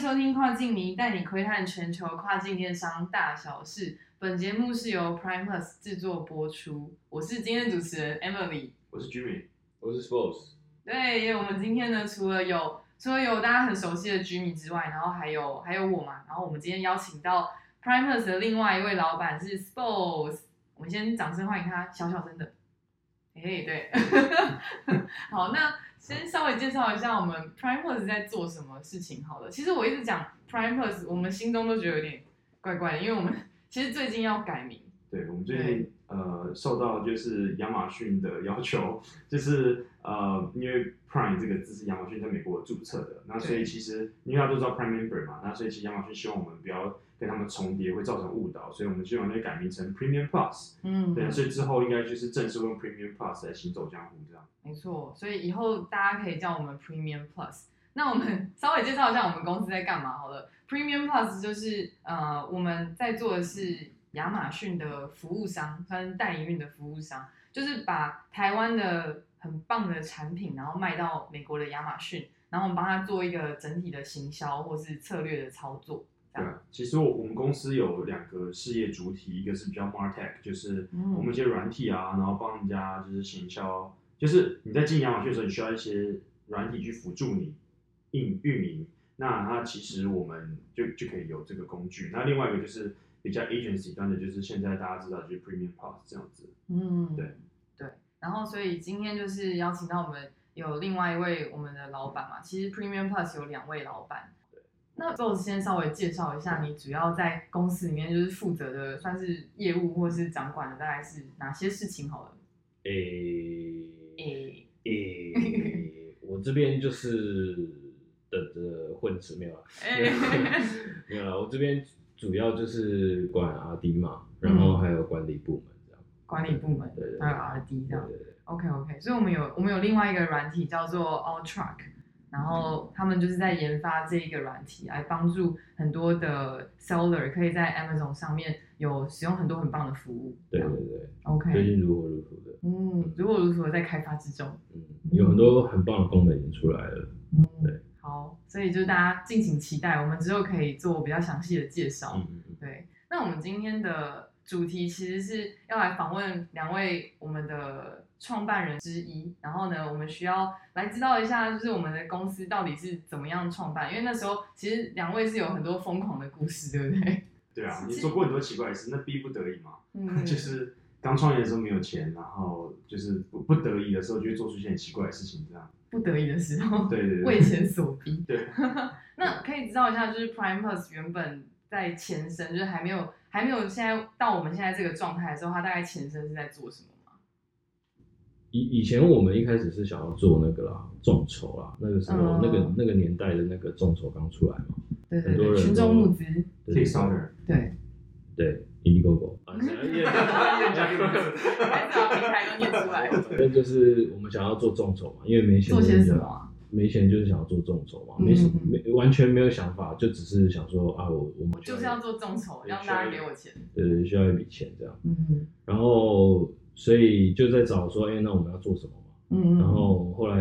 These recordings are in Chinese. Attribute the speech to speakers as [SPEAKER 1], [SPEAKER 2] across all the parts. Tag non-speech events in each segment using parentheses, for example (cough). [SPEAKER 1] 收听《跨境迷》，带你窥探全球跨境电商大小事。本节目是由 Primus 制作播出，我是今天的主持人 Emily。
[SPEAKER 2] 我是 Jimmy，
[SPEAKER 3] 我是 Sports，
[SPEAKER 1] 对，因为我们今天呢，除了有除了有大家很熟悉的 Jimmy 之外，然后还有还有我嘛，然后我们今天邀请到 Primus 的另外一位老板是 Spose，我们先掌声欢迎他，小小声的。哎、对， (laughs) 好，那先稍微介绍一下我们 Primus 在做什么事情好了。其实我一直讲 Primus，我们心中都觉得有点怪怪的，因为我们其实最近要改名，
[SPEAKER 2] 对我们最近呃受到就是亚马逊的要求， (laughs) 就是呃因为 Prime 这个字是亚马逊在美国注册的，那所以
[SPEAKER 1] 对
[SPEAKER 2] 其实因为大家都知道 Prime Member 嘛，那所以其实亚马逊希望我们不要跟他们重叠，会造成误导，所以我们希望就改名成 Premium Plus，
[SPEAKER 1] 嗯，
[SPEAKER 2] 对，所以之后应该就是正式用 Premium Plus 来行走江湖这样。
[SPEAKER 1] 没错，所以以后大家可以叫我们 Premium Plus。那我们 (laughs) 稍微介绍一下我们公司在干嘛好了。Premium Plus 就是呃，我们在做的是亚马逊的服务商，算是代营运的服务商，就是把台湾的很棒的产品，然后卖到美国的亚马逊，然后我们帮他做一个整体的行销或是策略的操作。
[SPEAKER 2] 对啊，其实我我们公司有两个事业主体，一个是比较 MarTech，就是
[SPEAKER 1] 嗯
[SPEAKER 2] 我们一些软体啊，然后帮人家就是行销，就是你在经营亚马逊的时候，你需要一些软体去辅助你运运营。那它其实我们就就可以有这个工具。那另外一个就是比较 agency 端的，就是现在大家知道就是 Premium Plus 这样子。
[SPEAKER 1] 嗯，
[SPEAKER 2] 对
[SPEAKER 1] 对，然后所以今天就是邀请到我们有另外一位我们的老板嘛，其实 Premium Plus 有两位老板。那就先稍微介绍一下，你主要在公司里面就是负责的，算是业务或是掌管的大概是哪些事情好了？
[SPEAKER 3] 诶
[SPEAKER 1] 诶、
[SPEAKER 3] 诶，我这边就是等着混吃没有啊， (laughs)
[SPEAKER 1] 诶，
[SPEAKER 3] 没有啦，我这边主要就是管 R D 嘛，然后还有管理部门这样，
[SPEAKER 1] 管理部门
[SPEAKER 3] 对对对
[SPEAKER 1] 还有 RD 这样。
[SPEAKER 3] 对对对，
[SPEAKER 1] OK OK，所以我们有我们有另外一个软体叫做 All Truck，然后他们就是在研发这一个软体来帮助很多的 seller 可以在 Amazon 上面有使用很多很棒的服务。
[SPEAKER 3] 对对对，最
[SPEAKER 1] OK，
[SPEAKER 3] 近如火如荼的，
[SPEAKER 1] 嗯，如果如何在开发之中，
[SPEAKER 3] 嗯，有很多很棒的功能已经出来了，
[SPEAKER 1] 嗯，
[SPEAKER 3] 对，
[SPEAKER 1] 好，所以就大家敬请期待，我们之后可以做比较详细的介绍。
[SPEAKER 3] 嗯嗯嗯，
[SPEAKER 1] 对，那我们今天的主题其实是要来访问两位我们的创办人之一，然后呢，我们需要来知道一下，就是我们的公司到底是怎么样创办，因为那时候其实两位是有很多疯狂的故事，对不对？
[SPEAKER 2] 对啊，
[SPEAKER 1] 其
[SPEAKER 2] 你
[SPEAKER 1] 实
[SPEAKER 2] 做过很多奇怪的事，那逼不得已嘛，
[SPEAKER 1] (laughs) 嗯
[SPEAKER 2] (laughs) 就是刚创业的时候没有钱，然后就是不不得已的时候就会做出一些很奇怪的事情这样。
[SPEAKER 1] 不得已的时候，
[SPEAKER 2] 对对对。
[SPEAKER 1] 为钱所
[SPEAKER 3] (laughs)
[SPEAKER 1] 逼。
[SPEAKER 2] 对，
[SPEAKER 1] (laughs) 那可以知道一下，就是 Prime Plus 原本在前身，就是还没有还没有现在到我们现在这个状态的时候，它大概前身是在做什么吗？
[SPEAKER 3] 以以前我们一开始是想要做那个啦，众筹啦，那个时候、
[SPEAKER 1] 嗯
[SPEAKER 3] 那个那个年代的那个众筹刚出来嘛，
[SPEAKER 1] 对对
[SPEAKER 3] 很多
[SPEAKER 1] 对，
[SPEAKER 3] 人
[SPEAKER 1] 群众
[SPEAKER 3] 都
[SPEAKER 1] 募资，
[SPEAKER 2] Kickstarter。
[SPEAKER 1] 对，
[SPEAKER 3] 对，Indiegogo 啊，是啊
[SPEAKER 1] 还是把平台都念出来。
[SPEAKER 3] 反正就是我们想要做众筹嘛，因为没钱
[SPEAKER 1] 做些
[SPEAKER 3] 就是
[SPEAKER 1] 什么啊
[SPEAKER 3] 没钱就是想要做众筹嘛，
[SPEAKER 1] 嗯
[SPEAKER 3] 没什没完全没有想法，就只是想说啊，我我们
[SPEAKER 1] 就是要做众筹，让大家给我钱。
[SPEAKER 3] 对对需要一笔钱这样，
[SPEAKER 1] 嗯
[SPEAKER 3] 然后所以就在找说，哎、那我们要做什么嘛？
[SPEAKER 1] 嗯
[SPEAKER 3] 然后后来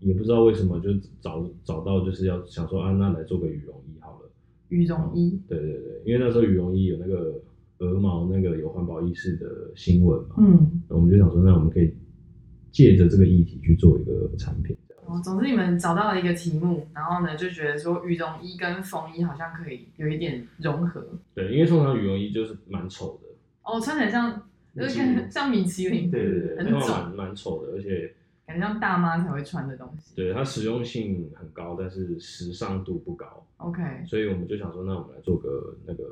[SPEAKER 3] 也不知道为什么就找找到就是要想说啊，那来做个羽绒衣好了。
[SPEAKER 1] 羽绒衣，
[SPEAKER 3] 对对对，因为那时候羽绒衣有那个鹅毛那个有环保意识的新闻嘛，
[SPEAKER 1] 嗯，
[SPEAKER 3] 那我们就想说，那我们可以借着这个议题去做一个产品。
[SPEAKER 1] 哦，总之你们找到了一个题目，然后呢就觉得说羽绒衣跟风衣好像可以有一点融合，
[SPEAKER 3] 对，因为通常羽绒衣就是蛮丑的，
[SPEAKER 1] 哦，穿起来像就
[SPEAKER 2] 米
[SPEAKER 1] 是
[SPEAKER 2] 其林
[SPEAKER 1] 跟像米其林，
[SPEAKER 2] 对对对
[SPEAKER 1] 很
[SPEAKER 3] 那种
[SPEAKER 1] 重
[SPEAKER 3] 蛮蛮丑的，而且
[SPEAKER 1] 感觉像大妈才会穿的东西。
[SPEAKER 3] 对它实用性很高，但是时尚度不高，
[SPEAKER 1] OK，
[SPEAKER 3] 所以我们就想说，那我们来做个那个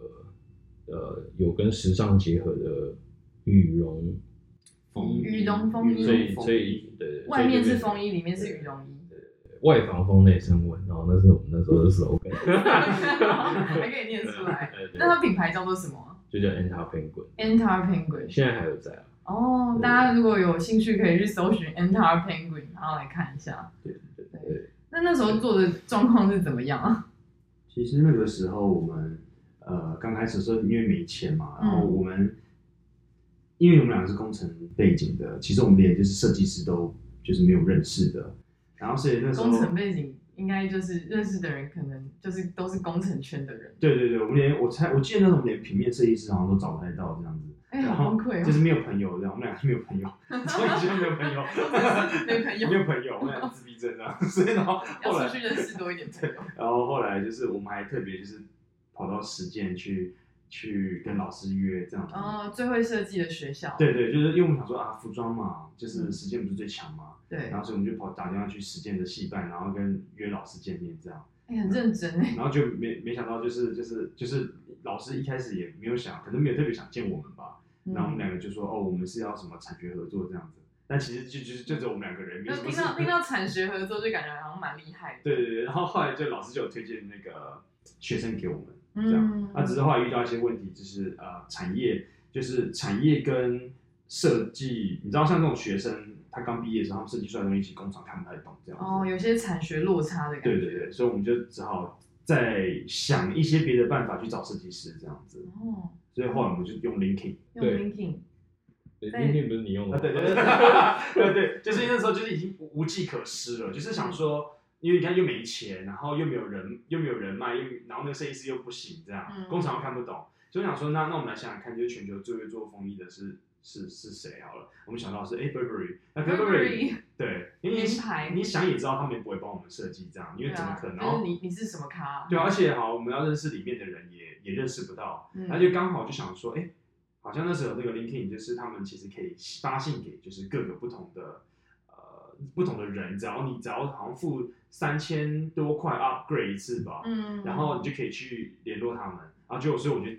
[SPEAKER 3] 呃有跟时尚结合的羽绒，
[SPEAKER 1] 羽绒风衣
[SPEAKER 3] 所以所以对对，
[SPEAKER 1] 外面是风
[SPEAKER 3] 衣，
[SPEAKER 1] 衣，里面是羽绒衣，
[SPEAKER 3] 外防风内生温，然后那是我们那时候的 slogan。
[SPEAKER 1] (laughs) 还可以念出来。
[SPEAKER 3] 对对
[SPEAKER 1] 那它品牌叫做什么啊
[SPEAKER 3] 就叫 Antar Penguin，
[SPEAKER 1] ？Antar Penguin。
[SPEAKER 3] 现在还有在啊。
[SPEAKER 1] 哦，
[SPEAKER 3] 对
[SPEAKER 1] 大家如果有兴趣，可以去搜寻 Antar Penguin，然后来看一下。
[SPEAKER 2] 对
[SPEAKER 1] 对
[SPEAKER 3] 对。
[SPEAKER 1] 那那时候做的状况是怎么样啊？
[SPEAKER 2] 其实那个时候我们呃刚开始的时候，因为没钱嘛，
[SPEAKER 1] 嗯
[SPEAKER 2] 然后我们、因为我们两个是工程背景的，其实我们连就是设计师都就是没有认识的，然后所以那时候
[SPEAKER 1] 工程背景应该就是认识的人，可能就是都是工程圈的人，
[SPEAKER 2] 对对对，我们连我猜，我记得那时候我们连平面设计师好像都找不太到这样子，
[SPEAKER 1] 哎、
[SPEAKER 2] 然
[SPEAKER 1] 好
[SPEAKER 2] 后
[SPEAKER 1] 崩溃
[SPEAKER 2] 就是
[SPEAKER 1] 哦，
[SPEAKER 2] 没有朋友这样，我们两个没有朋
[SPEAKER 1] (laughs)
[SPEAKER 2] 友，从以前就没有朋友，
[SPEAKER 1] 没朋友
[SPEAKER 2] 没有朋友，我们俩自闭症这样，所以然后后
[SPEAKER 1] 要
[SPEAKER 2] 来
[SPEAKER 1] 出去认识多一点朋友。
[SPEAKER 2] 然后后来就是我们还特别就是跑到实践去去跟老师约这样子。
[SPEAKER 1] 哦，最会设计的学校，
[SPEAKER 2] 对对，就是因为我们想说啊，服装嘛，就是
[SPEAKER 1] 嗯
[SPEAKER 2] 实践不是最强嘛，
[SPEAKER 1] 对，
[SPEAKER 2] 然后所以我们就跑打电话去实践的戏班，然后跟约老师见面这样，
[SPEAKER 1] 哎、很认真哎，
[SPEAKER 2] 然后就没没想到就是就是就是老师一开始也没有想，可能没有特别想见我们吧，
[SPEAKER 1] 嗯
[SPEAKER 2] 然后我们两个就说哦，我们是要什么产学合作这样子，但其实就就就只有我们两个人，没
[SPEAKER 1] 就
[SPEAKER 2] 什么
[SPEAKER 1] 嗯听
[SPEAKER 2] 事。
[SPEAKER 1] 到听到产学合作，就感觉好像蛮厉害的。
[SPEAKER 2] (laughs) 对对对，然后后来就老师就有推荐那个学生给我们。这
[SPEAKER 1] 嗯，
[SPEAKER 2] 啊，只是后来遇到一些问题，就是呃，产业就是产业跟设计，你知道像这种学生，他刚毕业的时候，他们设计出来的东西，工厂看不太懂这样子。
[SPEAKER 1] 哦，有些产学落差的感觉。
[SPEAKER 2] 对对对，所以我们就只好再想一些别的办法去找设计师这样子。
[SPEAKER 1] 哦，
[SPEAKER 2] 所以后来我们就用 LinkedIn。
[SPEAKER 1] 用
[SPEAKER 3] 对
[SPEAKER 1] LinkedIn，
[SPEAKER 3] 对
[SPEAKER 1] 对
[SPEAKER 3] 今天不是你用的吗，
[SPEAKER 2] 对对对 (laughs) 对对，就是那时候就是已经无无计可施了，就是想说，因为你看又没钱，然后又没有人，又没有人脉，又然后那个设计师又不行，这样、
[SPEAKER 1] 嗯
[SPEAKER 2] 工厂又看不懂，就想说那那我们来想想看，就是全球最会做风衣的是是是谁好了？我们想到的是哎 Burberry，那 Burberry 对，因为你
[SPEAKER 1] 名牌
[SPEAKER 2] 你想也知道他们也不会帮我们设计这样，因
[SPEAKER 1] 对
[SPEAKER 2] 为怎么
[SPEAKER 1] 啊，
[SPEAKER 2] 可能？哦
[SPEAKER 1] 就是你你是什么咖？
[SPEAKER 2] 对啊，而且好，我们要认识里面的人也也认识不到，
[SPEAKER 1] 嗯
[SPEAKER 2] 那就刚好就想说，哎、好像那时候有那个 LinkedIn，就是他们其实可以发信给就是各个不同的呃不同的人，只要你只要好像付三千多块 upgrade 一次吧，
[SPEAKER 1] 嗯，
[SPEAKER 2] 然后你就可以去联络他们，然后就所以我就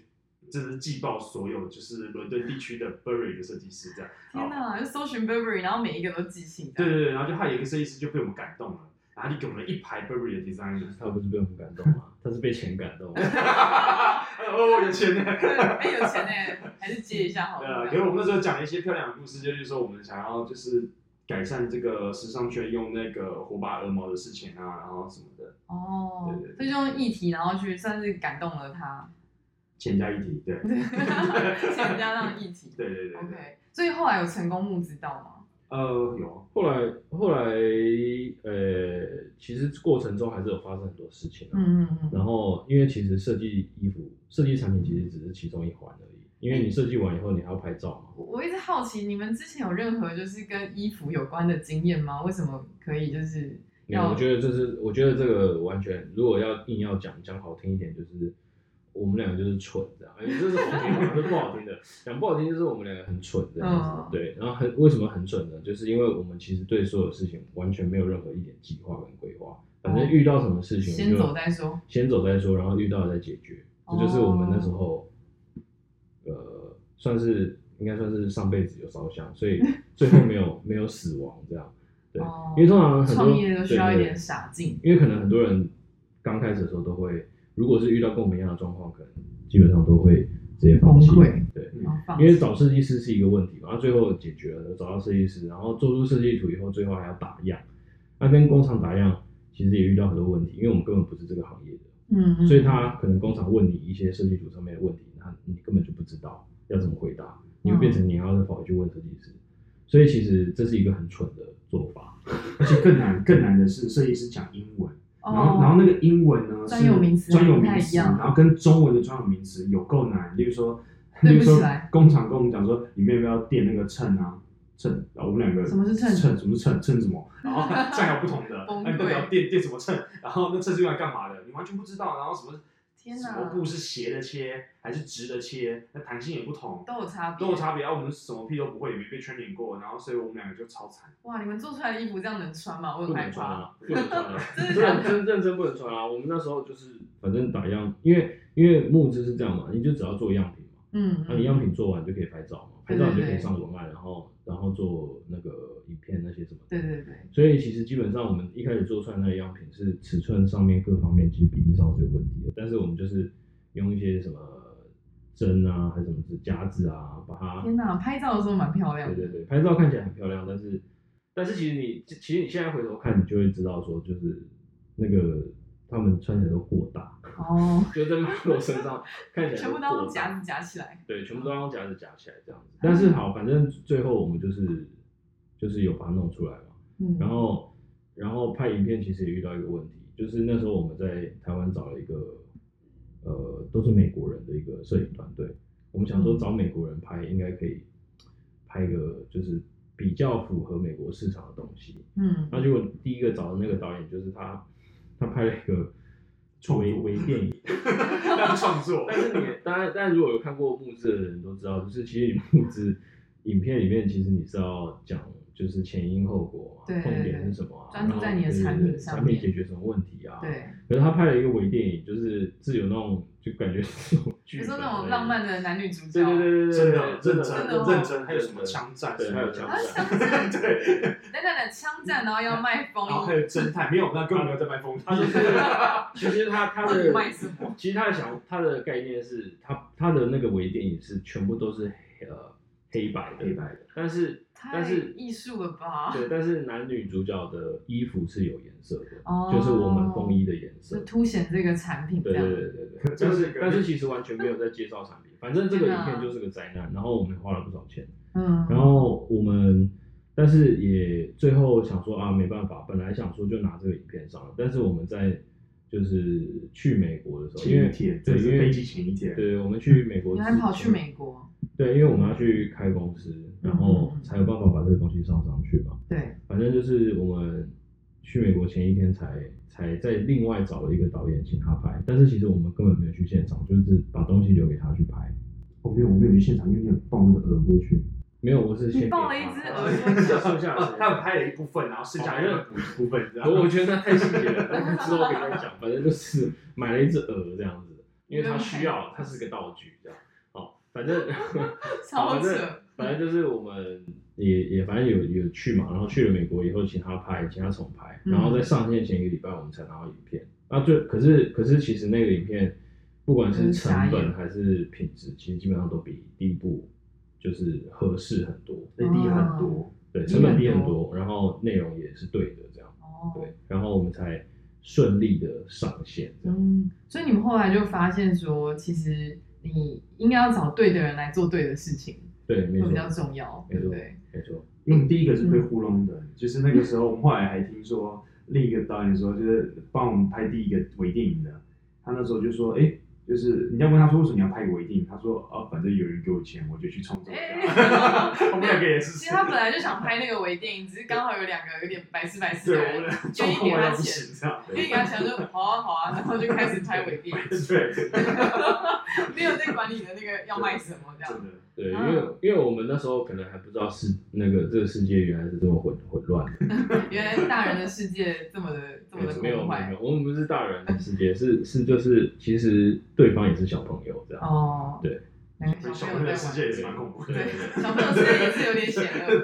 [SPEAKER 2] 这是寄报所有就是伦敦地区的 Burberry 的设计师这样，
[SPEAKER 1] 天哪，就搜寻 Burberry，然后每一个都寄信。
[SPEAKER 2] 对对对，然后就还有一个设计师就被我们感动了，然后就给我们一排 Burberry 的 designer，
[SPEAKER 3] (laughs) (laughs) 他不是被我们感动吗？他是被钱感动。
[SPEAKER 2] 哦，有钱呢。
[SPEAKER 1] 对，哎，有钱哎，还是借一下好
[SPEAKER 2] 对啊，
[SPEAKER 1] 了。
[SPEAKER 2] 给我们那时候讲了一些漂亮的故事，就是说我们想要就是改善这个时尚圈用那个火把鹅毛的事情啊，然后什么的，
[SPEAKER 1] 哦
[SPEAKER 2] 对对，
[SPEAKER 1] 所以就用议题，然后去算是感动了他， (laughs)
[SPEAKER 2] 欠佳一提，对，
[SPEAKER 1] 对，人家那种议题。
[SPEAKER 2] 对对对对，
[SPEAKER 1] OK，所以后来有成功募资到吗？
[SPEAKER 2] 呃，有，
[SPEAKER 3] 后来后来呃，其实过程中还是有发生很多事情啊。
[SPEAKER 1] 嗯嗯嗯，
[SPEAKER 3] 然后因为其实设计衣服、设计产品其实只是其中一环而已，因为你设计完以后你还要拍照嘛。
[SPEAKER 1] 我我一直好奇，你们之前有任何就是跟衣服有关的经验吗？为什么可以就是
[SPEAKER 3] 没有
[SPEAKER 1] 要
[SPEAKER 3] 嗯我觉得这是，我觉得这个完全，如果要硬要讲讲好听一点，就是我们两个就是蠢这样，哎，这是好听吗？这是不好听的。讲不好听就是我们两个很蠢这样子，
[SPEAKER 1] 嗯
[SPEAKER 3] 对。然后很为什么很蠢呢？就是因为我们其实对所有事情完全没有任何一点计划跟规划，反正遇到什么事情
[SPEAKER 1] 哦先
[SPEAKER 3] 我们就
[SPEAKER 1] 走再说，
[SPEAKER 3] 先走再说，然后遇到了再解决。
[SPEAKER 1] 哦
[SPEAKER 3] 这就是我们那时候，呃，算是应该算是上辈子有烧香，所以最后没有没有死亡这样。对
[SPEAKER 1] 哦，
[SPEAKER 3] 因为通常很多
[SPEAKER 1] 创业都需要
[SPEAKER 3] 对对
[SPEAKER 1] 一点傻劲
[SPEAKER 3] 因为可能很多人刚开始的时候都会，如果是遇到跟我们一样的状况，可能基本上都会直接放弃
[SPEAKER 1] 崩溃。
[SPEAKER 3] 对，
[SPEAKER 1] 然后放
[SPEAKER 3] 因为找设计师是一个问题嘛，然后最后解决了，找到设计师，然后做出设计图以后，最后还要打样。那跟工厂打样，其实也遇到很多问题，因为我们根本不是这个行业的。
[SPEAKER 1] 嗯，嗯
[SPEAKER 3] 所以他可能工厂问你一些设计图上面的问题，那你根本就不知道要怎么回答，你会变
[SPEAKER 1] 嗯
[SPEAKER 3] 成你要再跑回去问设计师。所以其实这是一个很蠢的做法。
[SPEAKER 2] 而且更难更难的是设计师讲英文，
[SPEAKER 1] 哦
[SPEAKER 2] 然后然后那个英文呢
[SPEAKER 1] 专有
[SPEAKER 2] 是
[SPEAKER 1] 名词
[SPEAKER 2] 专有
[SPEAKER 1] 不太
[SPEAKER 2] 名
[SPEAKER 1] 一
[SPEAKER 2] 词，
[SPEAKER 1] 样
[SPEAKER 2] 然后跟中文的专有名词有够难，例如说，
[SPEAKER 1] 对
[SPEAKER 2] 例
[SPEAKER 1] 不
[SPEAKER 2] 如说
[SPEAKER 1] 起来
[SPEAKER 2] 工厂跟我们讲说里面要不要垫那个秤啊。秤，然后我们两个
[SPEAKER 1] 什么是秤
[SPEAKER 2] 秤什么是秤？秤
[SPEAKER 1] (laughs)
[SPEAKER 2] 什么？然后酱油不同的，
[SPEAKER 1] 崩
[SPEAKER 2] 那你到底要
[SPEAKER 1] 溃
[SPEAKER 2] 垫垫什么秤？然后那秤是用来干嘛的？你完全不知道。然后什么
[SPEAKER 1] 天
[SPEAKER 2] 什
[SPEAKER 1] 哪
[SPEAKER 2] 么布是斜的切还是直的切？那弹性也不同，
[SPEAKER 1] 都有差别，
[SPEAKER 2] 都有差别。啊，我们什么屁都不会，也没被圈点过，然后所以我们两个就超惨。 (laughs)
[SPEAKER 1] 哇！你们做出来的衣服这样能穿吗？我
[SPEAKER 3] 不
[SPEAKER 1] 很害
[SPEAKER 3] 能穿
[SPEAKER 1] 怕。，
[SPEAKER 3] 啊，不能穿啊
[SPEAKER 1] 真的
[SPEAKER 3] 不
[SPEAKER 1] 假
[SPEAKER 3] 能
[SPEAKER 1] 的？
[SPEAKER 3] (laughs) 真认真不能穿啊。我们那时候就是反正打样，因为因为木质是这样嘛，你就只要做样品嘛，
[SPEAKER 1] 嗯，
[SPEAKER 3] 那、你样品做完就可以拍照嘛，拍
[SPEAKER 1] 对
[SPEAKER 3] 照你就可
[SPEAKER 1] 对
[SPEAKER 3] 以
[SPEAKER 1] 对
[SPEAKER 3] 上文案，然后然后做那个影片那些什么的。
[SPEAKER 1] 对对对，
[SPEAKER 3] 所以其实基本上我们一开始做出来那个样品是尺寸上面各方面其实比例上是有问题的，但是我们就是用一些什么针啊还是什么指夹子啊，把它
[SPEAKER 1] 天哪，拍照的时候蛮漂亮
[SPEAKER 3] 对
[SPEAKER 1] 的，
[SPEAKER 3] 对对，拍照看起来很漂亮，但是但是其实你其实你现在回头看，你就会知道说就是那个他们穿起来都过大，
[SPEAKER 1] 哦，
[SPEAKER 3] 就在那个身上看起来
[SPEAKER 1] 全部都
[SPEAKER 3] 过
[SPEAKER 1] 用
[SPEAKER 3] 大
[SPEAKER 1] 夹子夹起来，嗯
[SPEAKER 3] 对，全部都要用夹子夹起来这样子。但是好，反正最后我们就是就是有把它弄出来嘛。
[SPEAKER 1] 嗯，
[SPEAKER 3] 然后然后后拍影片其实也遇到一个问题，就是那时候我们在台湾找了一个呃都是美国人的一个摄影团队，我们想说找美国人拍应该可以拍一个就是比较符合美国市场的东西。
[SPEAKER 1] 嗯
[SPEAKER 3] 那结果第一个找的那个导演就是他，他拍了一个微微电影。
[SPEAKER 2] 要创作
[SPEAKER 3] 但是你，当然，但如果有看过募资的人都知道，就是其实你募资影片里面，其实你是要讲就是前因后果嘛，
[SPEAKER 1] 对
[SPEAKER 3] 痛点是什么啊，
[SPEAKER 1] 专注在你的
[SPEAKER 3] 然后
[SPEAKER 1] 产品
[SPEAKER 3] 对对对
[SPEAKER 1] 上
[SPEAKER 3] 产品
[SPEAKER 1] 面
[SPEAKER 3] 解决什么问题啊？。
[SPEAKER 1] 对，
[SPEAKER 3] 可是他拍了一个微电影，就是是有那种就感觉是那种
[SPEAKER 1] 比
[SPEAKER 3] 剧
[SPEAKER 1] 如说
[SPEAKER 3] 本的
[SPEAKER 1] 那种浪漫的男女主角，
[SPEAKER 3] 对，对对对对，
[SPEAKER 2] 真的
[SPEAKER 3] 对
[SPEAKER 2] 认
[SPEAKER 3] 真
[SPEAKER 2] 真
[SPEAKER 3] 的
[SPEAKER 1] 真的哦
[SPEAKER 2] 认真，还有什么枪战？
[SPEAKER 3] 对还有枪
[SPEAKER 1] 啊
[SPEAKER 3] 战
[SPEAKER 1] 枪 (laughs) 战，
[SPEAKER 2] 对，
[SPEAKER 1] 等等等枪战，然后要卖风
[SPEAKER 2] 然后还有侦探，没有，那根本没有在卖
[SPEAKER 1] (laughs)
[SPEAKER 2] 风 (laughs)
[SPEAKER 3] 他就是
[SPEAKER 2] 景。
[SPEAKER 3] 其实他他
[SPEAKER 1] 到
[SPEAKER 3] 的
[SPEAKER 1] (laughs) 底卖什么
[SPEAKER 3] 其实他的想他的概念是他他的那个微电影是全部都是黑呃黑白的，
[SPEAKER 2] 黑白的，
[SPEAKER 3] 但是
[SPEAKER 1] 太
[SPEAKER 3] 但是
[SPEAKER 1] 艺术了吧
[SPEAKER 3] 对，但是男女主角的衣服是有颜色的，
[SPEAKER 1] 哦
[SPEAKER 3] 就是我们风衣的颜色
[SPEAKER 1] 就。凸显这个产品这
[SPEAKER 3] 对
[SPEAKER 1] 样。
[SPEAKER 3] 对对对对，
[SPEAKER 2] 这
[SPEAKER 3] 但
[SPEAKER 2] 个是
[SPEAKER 3] 是但是其实完全没有在介绍产
[SPEAKER 1] (laughs)
[SPEAKER 3] 品，反正这个
[SPEAKER 1] 天
[SPEAKER 3] 影
[SPEAKER 1] 哪
[SPEAKER 3] 片就是个灾难。然后我们花了不少钱，
[SPEAKER 1] 嗯，
[SPEAKER 3] 然后我们但是也最后想说啊，没办法，本来想说就拿这个影片上了，但是我们在就是去美国的时候，因
[SPEAKER 2] 前
[SPEAKER 3] 为
[SPEAKER 2] 一天，
[SPEAKER 3] 对，
[SPEAKER 2] 这
[SPEAKER 3] 因
[SPEAKER 2] 是
[SPEAKER 3] 为
[SPEAKER 2] 飞机前一天，
[SPEAKER 3] 对，我们去美国
[SPEAKER 1] 原
[SPEAKER 3] 之前，
[SPEAKER 1] 来跑去美国，
[SPEAKER 3] 对，因为我们要去开公司，然后
[SPEAKER 1] 嗯嗯嗯
[SPEAKER 3] 才有办法把这个东西上上去嘛。
[SPEAKER 1] 对，
[SPEAKER 3] 反正就是我们去美国前一天才才在另外找了一个导演请他拍，但是其实我们根本没有去现场，就是把东西留给他去拍。
[SPEAKER 2] 我没有，我没有去现场，因为你有抱那个鹅过去。
[SPEAKER 3] 没有，我是先
[SPEAKER 1] 你
[SPEAKER 3] 给
[SPEAKER 1] 抱
[SPEAKER 3] 他
[SPEAKER 1] 了一只
[SPEAKER 3] 拍
[SPEAKER 1] 鹅
[SPEAKER 3] 剩下的
[SPEAKER 2] 啊 (laughs)
[SPEAKER 3] 时
[SPEAKER 2] 他们
[SPEAKER 3] 间。
[SPEAKER 2] 拍了一部分，然后剩下的补一部分，这样。
[SPEAKER 3] 我我觉得那太细节了，但是之后给他讲，反正就是买了一只鹅这样子，因为他需要，它是个道具这样。哦，反正
[SPEAKER 1] 超
[SPEAKER 3] 反正
[SPEAKER 1] 扯。
[SPEAKER 3] 反正就是我们也也反正有有去嘛，然后去了美国以后，请他拍，请他重拍，
[SPEAKER 1] 嗯
[SPEAKER 3] 然后在上线前一个礼拜我们才拿到影片。啊，就可是可是其实那个影片，不管是成
[SPEAKER 1] 就是傻
[SPEAKER 3] 本
[SPEAKER 1] 眼
[SPEAKER 3] 还是品质，其实基本上都比第一部就是合适很多，
[SPEAKER 2] 那低很多，
[SPEAKER 3] 对，
[SPEAKER 1] 哦低
[SPEAKER 3] 成本
[SPEAKER 1] 很
[SPEAKER 3] 低很
[SPEAKER 1] 多
[SPEAKER 3] 多，然后内容也是对的这样，
[SPEAKER 1] 哦，
[SPEAKER 3] 对，然后我们才顺利的上线这样。
[SPEAKER 1] 嗯，所以你们后来就发现说，其实你应该要找对的人来做对的事情，
[SPEAKER 3] 对，没
[SPEAKER 1] 会
[SPEAKER 3] 错
[SPEAKER 1] 比，较重要，
[SPEAKER 3] 没
[SPEAKER 1] 对
[SPEAKER 3] 错
[SPEAKER 1] 不
[SPEAKER 3] (laughs)
[SPEAKER 1] 对？
[SPEAKER 3] 没错，
[SPEAKER 2] 因为我们第一个是被糊弄的，就是那个时候我们后来还听说另一个导演说，就是帮我们拍第一个微电影的，他那时候就说，哎、就是人家问他说为什么你要拍微电影，他说啊，反正有人给我钱，我就去创作 (laughs) 一下。
[SPEAKER 1] 哎 (laughs)
[SPEAKER 2] 我们两个也是，
[SPEAKER 1] 其实他本来就想拍那个微电影，只是刚好有两个有点白痴白痴的
[SPEAKER 2] 对
[SPEAKER 1] 人
[SPEAKER 2] 我们俩
[SPEAKER 1] 愿
[SPEAKER 2] 状
[SPEAKER 1] 意给
[SPEAKER 2] 况
[SPEAKER 1] 他
[SPEAKER 2] 不
[SPEAKER 1] 钱，
[SPEAKER 2] 行这样，
[SPEAKER 1] 愿意给他钱就好啊好啊，然后就开始拍微电影，
[SPEAKER 2] 对，真
[SPEAKER 1] 没有在管你的那个要卖什么这样。
[SPEAKER 2] 的。
[SPEAKER 3] 对，因
[SPEAKER 1] 啊
[SPEAKER 3] 为因为我们那时候可能还不知道是那个这个世界原来是这么混混乱的。
[SPEAKER 1] 原来大人的世界这么的这么的
[SPEAKER 3] 没
[SPEAKER 1] 崩
[SPEAKER 3] 有没有，没
[SPEAKER 1] 坏
[SPEAKER 3] 有我们不是大人的世界，是是就是其实对方也是小朋友这样。
[SPEAKER 1] 哦，
[SPEAKER 3] 对，
[SPEAKER 1] 两个
[SPEAKER 2] 小
[SPEAKER 1] 小
[SPEAKER 2] 朋友
[SPEAKER 1] 朋友在
[SPEAKER 2] 的世
[SPEAKER 1] 玩，
[SPEAKER 2] 界也是蛮恐怖的，
[SPEAKER 1] 对，小朋友世界也是有点险恶，
[SPEAKER 3] (laughs)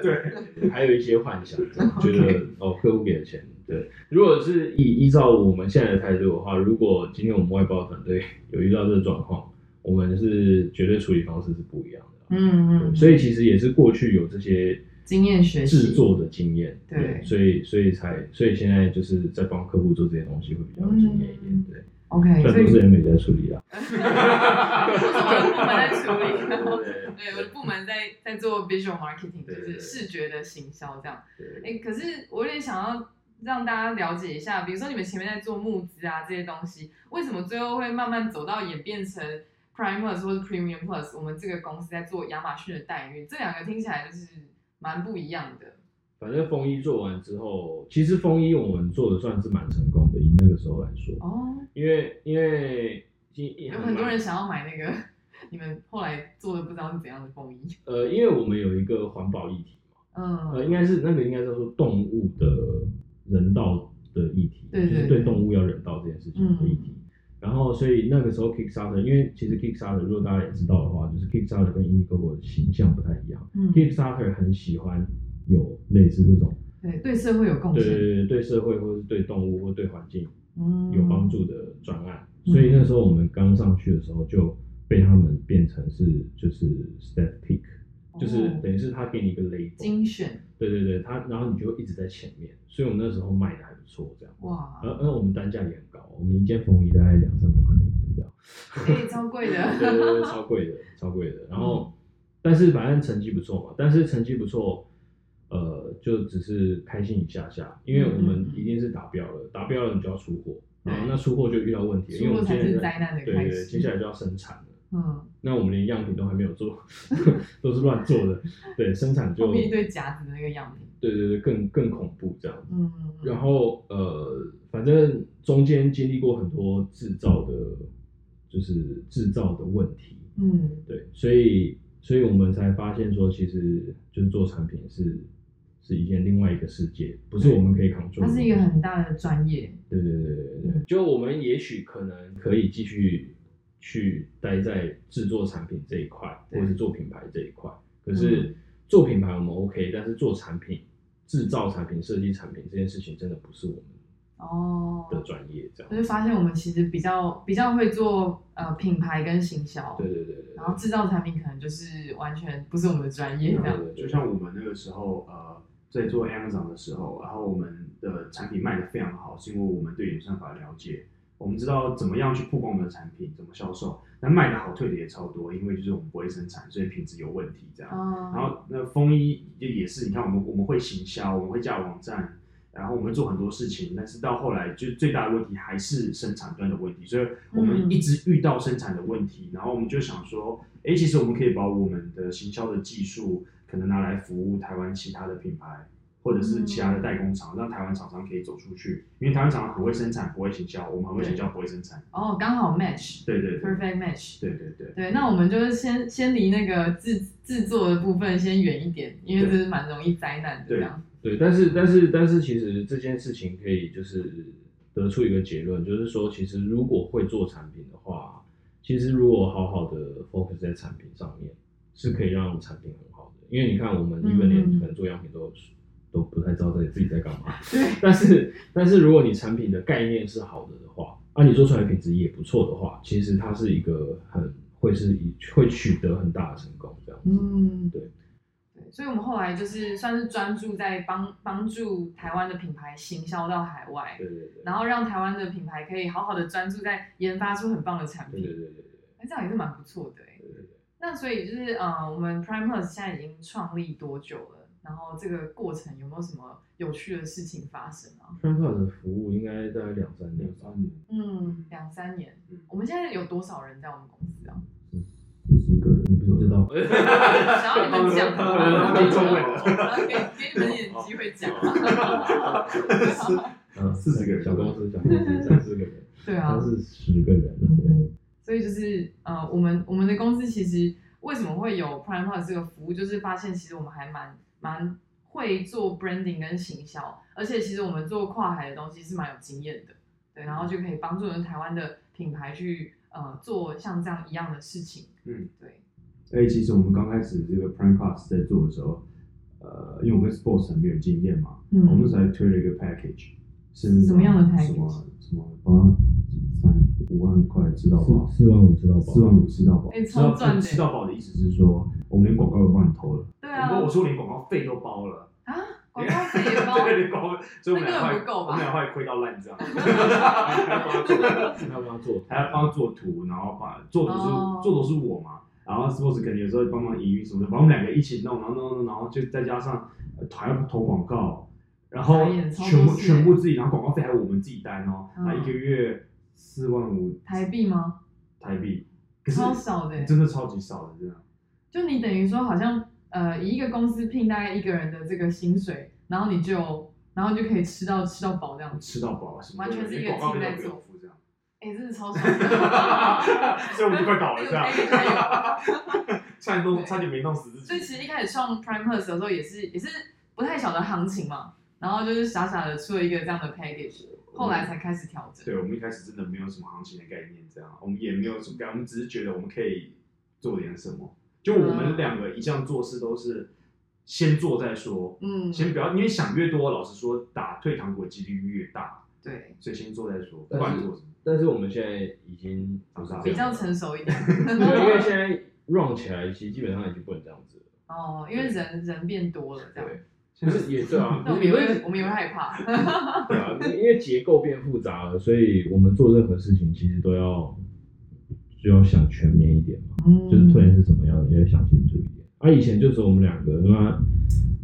[SPEAKER 2] 对，
[SPEAKER 3] 还有一些幻想，这样觉得哦客户给的钱，对。如果是依依照我们现在的态度的话，如果今天我们外包团队有遇到这个状况，我们是绝对处理方式是不一样的。
[SPEAKER 1] 嗯
[SPEAKER 3] 啊对
[SPEAKER 1] 嗯，
[SPEAKER 3] 所以其实也是过去有这些
[SPEAKER 1] 经验学习
[SPEAKER 3] 制作的经验，
[SPEAKER 1] 对
[SPEAKER 3] 所以所以才所以现在就是在帮客户做这些东西会比较有经验一点
[SPEAKER 1] 嗯，
[SPEAKER 3] 对。
[SPEAKER 1] OK，
[SPEAKER 3] 但
[SPEAKER 1] 所
[SPEAKER 3] 都
[SPEAKER 1] 以
[SPEAKER 3] 是 M 在处理啦。
[SPEAKER 1] 都是我的部门在处理，然后
[SPEAKER 3] 对
[SPEAKER 1] 对我的部门在在做 visual marketing，就
[SPEAKER 3] 对对
[SPEAKER 1] 是
[SPEAKER 3] 对
[SPEAKER 1] 视觉的行销这样。
[SPEAKER 3] 对
[SPEAKER 1] 哎，可是我有点想要让大家了解一下，比如说你们前面在做募资啊这些东西，为什么最后会慢慢走到演变成 Prime Plus 或者 Premium Plus？我们这个公司在做亚马逊的代运，这两个听起来就是蛮不一样的。
[SPEAKER 3] 反正风衣做完之后，其实风衣我们做的算是蛮成功的，以那个时候来说，
[SPEAKER 1] 哦，
[SPEAKER 3] 因为因为因
[SPEAKER 1] 有很多人想要买那个， (laughs) 你们后来做的不知道是怎样的风衣。
[SPEAKER 3] 呃，因为我们有一个环保议题嘛，呃，
[SPEAKER 1] 嗯，
[SPEAKER 3] 应该是那个应该叫做动物的人道的议题，
[SPEAKER 1] 对对
[SPEAKER 3] 就
[SPEAKER 1] 对
[SPEAKER 3] 是
[SPEAKER 1] 嗯
[SPEAKER 3] 对动物要人道这件事情的议题。然后，所以那个时候 Kickstarter，因为其实 Kickstarter 如果大家也知道的话，就是 Kickstarter 跟 Indiegogo 的形象不太一样。
[SPEAKER 1] 嗯，
[SPEAKER 3] Kickstarter 很喜欢有类似这种
[SPEAKER 1] 对对，社会有贡
[SPEAKER 3] 对
[SPEAKER 1] 献。
[SPEAKER 3] 对对对社会或是对动物或对环境
[SPEAKER 1] 嗯
[SPEAKER 3] 有帮。助的专案，
[SPEAKER 1] 嗯
[SPEAKER 3] 所以那时候我们刚上去的时候就被他们变成是就是 step pick，、就是
[SPEAKER 1] 哦
[SPEAKER 3] 等于是他给你一个 label，
[SPEAKER 1] 精选
[SPEAKER 3] 对对对，他然后你就一直在前面，所以我们那时候卖的还不错，这样，
[SPEAKER 1] 哇，
[SPEAKER 3] 而而我们单价也很高，我们一件风衣大概两三百块美金这样，
[SPEAKER 1] 哎、超贵
[SPEAKER 3] (laughs)
[SPEAKER 1] 的。
[SPEAKER 3] 对对对，
[SPEAKER 1] 嗯
[SPEAKER 3] 超贵的，超贵的，然后、但是反正成绩不错嘛，但是成绩不错，呃，就只是开心一下下，因为我
[SPEAKER 1] 嗯
[SPEAKER 3] 们
[SPEAKER 1] 嗯嗯
[SPEAKER 3] 一定是达标了，达标了你就要出货，
[SPEAKER 1] 对
[SPEAKER 3] 然后那出货就遇到问题了，因为
[SPEAKER 1] 出
[SPEAKER 3] 我
[SPEAKER 1] 货
[SPEAKER 3] 们
[SPEAKER 1] 才
[SPEAKER 3] 接
[SPEAKER 1] 是
[SPEAKER 3] 下
[SPEAKER 1] 灾
[SPEAKER 3] 来
[SPEAKER 1] 难的
[SPEAKER 3] 对
[SPEAKER 1] 开
[SPEAKER 3] 对，
[SPEAKER 1] 始。
[SPEAKER 3] 接下来就要生产了，
[SPEAKER 1] 嗯，
[SPEAKER 3] 那我们连样品都还没有做， (laughs) 都是乱做的，对，生产就
[SPEAKER 1] 后面一堆夹子的那个样品。
[SPEAKER 3] 对对对，更更恐怖这样子。
[SPEAKER 1] 嗯嗯，嗯
[SPEAKER 3] 然后呃，反正中间经历过很多制造的，就是制造的问题，
[SPEAKER 1] 嗯
[SPEAKER 3] 对，所以所以我们才发现说，其实就是做产品是是一件另外一个世界，不是我们可以 control 的。
[SPEAKER 1] 它是一个很大的专业。
[SPEAKER 3] 对对对对对对，就我们也许可能可以继续去待在制作产品这一块，或
[SPEAKER 1] 对嗯
[SPEAKER 3] 者是做品牌这一块。可是做品牌我们 OK，但是做产品、制造产品、设计产品这件事情，真的不是我们
[SPEAKER 1] 哦，
[SPEAKER 3] 的专业，这样
[SPEAKER 1] 我。就发现我们其实比较比较会做呃品牌跟行销，
[SPEAKER 3] 对对对对对。
[SPEAKER 1] 然后制造产品可能就是完全不是我们的专业这
[SPEAKER 3] 对
[SPEAKER 1] 样。
[SPEAKER 3] 对
[SPEAKER 2] (laughs)
[SPEAKER 3] 对
[SPEAKER 2] 就像我们那个时候呃在做 Amazon 的时候，然后我们的产品卖的非常好，是因为我们对演算法了解，我们知道怎么样去曝光我们的产品，怎么销售。那卖的好，退的也超多，因为就是我们不会生产，所以品质有问题这样。
[SPEAKER 1] 嗯，
[SPEAKER 2] 然后那风衣就也是，你看我们我们会行销，我们会架网站，然后我们会做很多事情，但是到后来就最大的问题还是生产端的问题，所以我们
[SPEAKER 1] 嗯
[SPEAKER 2] 一直遇到生产的问题，然后我们就想说，哎，其实我们可以把我们的行销的技术可能拿来服务台湾其他的品牌。或者是其他的代工厂，让台湾厂商可以走出去，因为台湾厂商很会生产，不会行销；我们很会行销，不会生产。
[SPEAKER 1] 哦，刚好 match，perfect
[SPEAKER 2] 对对对
[SPEAKER 1] match。
[SPEAKER 2] 对对对，
[SPEAKER 1] 对，那我们就是先先离那个制制作的部分先远一点，因为
[SPEAKER 2] 对
[SPEAKER 1] 这是蛮容易灾难的这
[SPEAKER 2] 对
[SPEAKER 1] 样。
[SPEAKER 3] 对，但是但是但是，其实这件事情可以就是得出一个结论，就是说，其实如果会做产品的话，其实如果好好的 focus 在产品上面，是可以让产品很好的。因为你看，我们
[SPEAKER 1] 嗯
[SPEAKER 3] 一本连可能做样品都都不太知道在自己在干嘛，
[SPEAKER 1] (laughs) 对，
[SPEAKER 3] 但是但是如果你产品的概念是好的的话，啊，你做出来的品质也不错的话，其实它是一个很会是一会取得很大的成功这样子。
[SPEAKER 1] 嗯，
[SPEAKER 3] 对
[SPEAKER 1] 对，所以我们后来就是算是专注在帮帮助台湾的品牌行销到海外，
[SPEAKER 3] 对对对，
[SPEAKER 1] 然后让台湾的品牌可以好好的专注在研发出很棒的产
[SPEAKER 3] 对对
[SPEAKER 1] 品，
[SPEAKER 3] 对对
[SPEAKER 1] 那这样也是蛮不错的欸
[SPEAKER 3] 对对对。
[SPEAKER 1] 那所以就是呃，我们 Prime Plus 现在已经创立多久了？然后这个过程有没有什么有趣的事情发生啊？
[SPEAKER 3] 川卡的服务应该大概两三年
[SPEAKER 2] 两
[SPEAKER 3] 吧，
[SPEAKER 2] 三年
[SPEAKER 1] 嗯，两三年
[SPEAKER 2] 嗯。
[SPEAKER 1] 我们现在有多少人在我们公司
[SPEAKER 3] (laughs)
[SPEAKER 1] 啊？
[SPEAKER 3] 四十个人，你不知道？
[SPEAKER 1] 想要你们讲吗，然后
[SPEAKER 2] 当中位了
[SPEAKER 1] 给给你们一点机会讲啊。
[SPEAKER 3] (laughs) 嗯，
[SPEAKER 2] 40个人
[SPEAKER 3] 小公司，小公
[SPEAKER 1] (laughs)
[SPEAKER 3] 司三四个人，
[SPEAKER 1] 对啊
[SPEAKER 3] 三，四十个人，对，
[SPEAKER 1] 嗯，所以就是呃，我们我们的公司其实为什么会有 Prime Plus 这个服务，就是发现其实我们还蛮蛮会做 branding 跟行销，而且其实我们做跨海的东西是蛮有经验的，对，然后就可以帮助人台湾的品牌去呃做像这样一样的事情，
[SPEAKER 2] 嗯，
[SPEAKER 1] 对，
[SPEAKER 2] 所以其实我们刚开始这个 Prime Plus 在做的时候，呃，因为我跟 Sports 很没有经验嘛，
[SPEAKER 1] 嗯
[SPEAKER 2] 我们才推了一个 package，是
[SPEAKER 1] 什么样的 package？
[SPEAKER 2] 什么什么八三五万块吃到饱，
[SPEAKER 3] 四四万五吃到饱，
[SPEAKER 2] 四万五吃到饱，
[SPEAKER 1] 哎超赚的
[SPEAKER 2] 吃到饱的意思是说，我们连广告都帮你偷了，
[SPEAKER 1] 对
[SPEAKER 2] 我
[SPEAKER 1] 啊
[SPEAKER 2] 我，说连广告费都包了，
[SPEAKER 1] 啊，广告费也包，
[SPEAKER 2] (laughs) 对，连广告，所以我们
[SPEAKER 1] 那
[SPEAKER 2] 俩
[SPEAKER 1] 根本
[SPEAKER 2] 快，
[SPEAKER 1] 不够吧
[SPEAKER 2] 我们俩快亏到烂账，
[SPEAKER 1] (laughs)
[SPEAKER 2] 还
[SPEAKER 3] 他要帮他做，
[SPEAKER 2] 要帮他做图，然后把做图是、
[SPEAKER 1] 哦
[SPEAKER 2] 做图是我嘛，然后 Sports 可能有时候帮忙营运什么的，把我们两个一起弄，然后弄弄弄，然后就再加上呃还要投广告，然后
[SPEAKER 1] 傻眼超多
[SPEAKER 2] 全部
[SPEAKER 1] 事
[SPEAKER 2] 全部自己，然后广告费还有我们自己担哦，
[SPEAKER 1] 嗯
[SPEAKER 2] 那、一个月四万五
[SPEAKER 1] 台币吗？
[SPEAKER 2] 台币，可是
[SPEAKER 1] 超少的欸，
[SPEAKER 2] 真的超级少的，真的。
[SPEAKER 1] 就你等于说好像呃，以一个公司聘大概一个人的这个薪水，然后你就然后你就可以吃到吃到饱这样子，
[SPEAKER 2] 吃到饱，什么
[SPEAKER 1] 完全是一个
[SPEAKER 2] 连广告
[SPEAKER 1] team 在
[SPEAKER 2] 费都不用
[SPEAKER 1] 做
[SPEAKER 2] 付这样， (laughs)
[SPEAKER 1] 哎、真的哎超爽的
[SPEAKER 2] 所以我们就快倒了
[SPEAKER 1] 那个 (laughs)
[SPEAKER 2] 这样
[SPEAKER 1] package 还有，
[SPEAKER 2] (laughs) 差点弄
[SPEAKER 1] 对
[SPEAKER 2] 差点没弄死自
[SPEAKER 1] 所以
[SPEAKER 2] 己。
[SPEAKER 1] 其实一开始创 Prime Plus 的时候也是也是不太晓得行情嘛，然后就是傻傻的出了一个这样的 package，后来才开始调整。
[SPEAKER 2] 对我们一开始真的没有什么行情的概念，这样我们也没有什么概，我们只是觉得我们可以做点什么。就我
[SPEAKER 1] 嗯
[SPEAKER 2] 们两个一向做事都是先做再说，
[SPEAKER 1] 嗯，
[SPEAKER 2] 先不要，因为想越多，老实说打退堂鼓的几率越大，
[SPEAKER 1] 对，
[SPEAKER 2] 所以先做再说，不
[SPEAKER 3] 但是
[SPEAKER 2] 管做什么。
[SPEAKER 3] (laughs) 但是我们现在已经不是这样
[SPEAKER 1] 比较成熟一
[SPEAKER 2] (laughs)
[SPEAKER 1] 点。
[SPEAKER 3] 对因为现在 run 起来，其实基本上已经不能这样子了，
[SPEAKER 1] 哦，因为人人变多了这样，
[SPEAKER 3] 对，不是也对啊，
[SPEAKER 1] 那我们啊 (laughs) 也会我们也会害怕。
[SPEAKER 3] 对啊，因为结构变复杂了，所以我们做任何事情其实都要就要想全面一点嘛。
[SPEAKER 1] 嗯
[SPEAKER 3] 就是突然是怎么样的，要想清楚一点。啊，以前就是我们两个，那么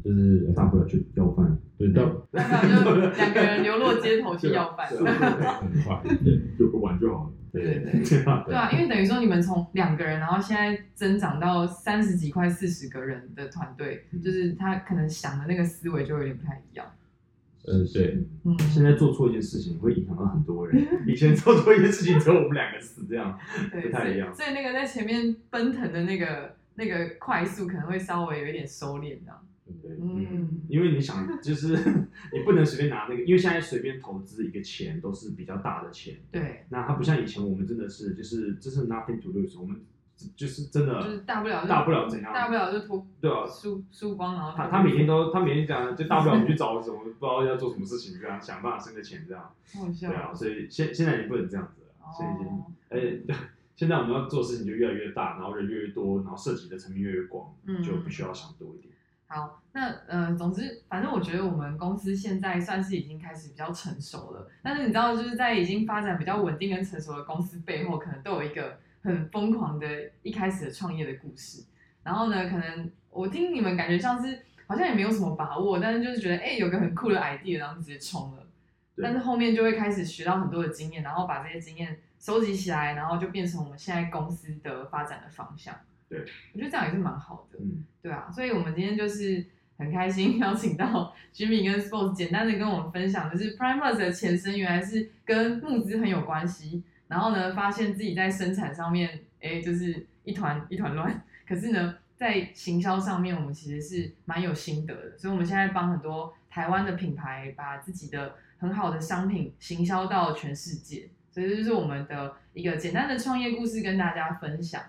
[SPEAKER 3] 就是
[SPEAKER 2] 大不了去要饭，
[SPEAKER 3] 对到
[SPEAKER 1] 那就两个人流落街头去要饭。
[SPEAKER 2] (laughs) 是啊
[SPEAKER 3] (laughs) 很快，对
[SPEAKER 2] 有个碗就好了。
[SPEAKER 1] (laughs) 对对
[SPEAKER 2] (laughs) 对啊，
[SPEAKER 1] 对啊，因为等于说你们从两个人，然后现在增长到三十几快四十个人的团队，
[SPEAKER 2] 嗯
[SPEAKER 1] 就是他可能想的那个思维就有点不太一样。
[SPEAKER 3] 呃对，
[SPEAKER 1] 嗯，
[SPEAKER 2] 现在做错一件事情会影响到很多人。以前做错一件事情只有我们两个死这样，
[SPEAKER 1] 对，
[SPEAKER 2] 不太
[SPEAKER 1] 所以
[SPEAKER 2] 一样
[SPEAKER 1] 所以那个在前面奔腾的那个那个快速，可能会稍微有一点收敛啊这样。
[SPEAKER 2] 对，
[SPEAKER 1] 嗯
[SPEAKER 2] 因为你想，就是 (laughs) 你不能随便拿那个，因为现在随便投资一个钱都是比较大的钱，
[SPEAKER 1] 对，
[SPEAKER 2] 那它不像以前我们真的是就是这是 nothing to lose，我们就是真的
[SPEAKER 1] 就是大不了就
[SPEAKER 2] 大不了怎样，
[SPEAKER 1] 大不了就脱
[SPEAKER 2] 对啊，
[SPEAKER 1] 输输光，然后
[SPEAKER 2] 他他每天都他每天讲，就大不了我们去找什么不知道要做什么事情，这样想办法生个钱这样，
[SPEAKER 1] 好好笑
[SPEAKER 2] 对啊，所以现现在也不能这样子了，所以已经
[SPEAKER 1] 哦，
[SPEAKER 2] 而且 (laughs) 现在我们要做的事情就越来越大，然后人越来越多，然后涉及的层面越来越广，
[SPEAKER 1] 嗯
[SPEAKER 2] 就必须要想多一点。
[SPEAKER 1] 好，那呃，总之，反正我觉得我们公司现在算是已经开始比较成熟了。但是你知道，就是在已经发展比较稳定跟成熟的公司背后，可能都有一个很疯狂的一开始的创业的故事。然后呢，可能我听你们感觉像是好像也没有什么把握，但是就是觉得哎、有个很酷的 idea，然后直接冲了。
[SPEAKER 2] 对
[SPEAKER 1] 但是后面就会开始学到很多的经验，然后把这些经验收集起来，然后就变成我们现在公司的发展的方向。
[SPEAKER 2] 对，
[SPEAKER 1] 我觉得这样也是蛮好的。
[SPEAKER 2] 嗯，
[SPEAKER 1] 对啊，所以我们今天就是很开心邀请到 (laughs) Jimmy 跟 Sports 简单的跟我们分享，就是 Primus 的前身原来是跟募资很有关系，然后呢发现自己在生产上面，哎，就是一团一团乱， (laughs) 可是呢在行销上面我们其实是蛮有心得的，所以我们现在帮很多台湾的品牌把自己的很好的商品行销到全世界，所以这就是我们的一个简单的创业故事跟大家分享。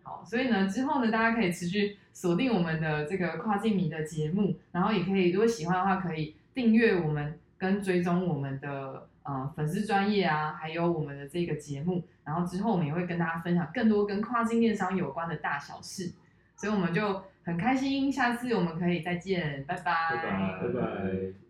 [SPEAKER 1] 好，所以呢，之后呢，大家可以持续锁定我们的这个跨境迷的节目，然后也可以，如果喜欢的话，可以订阅我们跟追踪我们的呃粉丝专业啊，还有我们的这个节目，然后之后我们也会跟大家分享更多跟跨境电商有关的大小事，所以我们就很开心，下次我们可以再见，拜
[SPEAKER 2] 拜拜
[SPEAKER 3] 拜拜。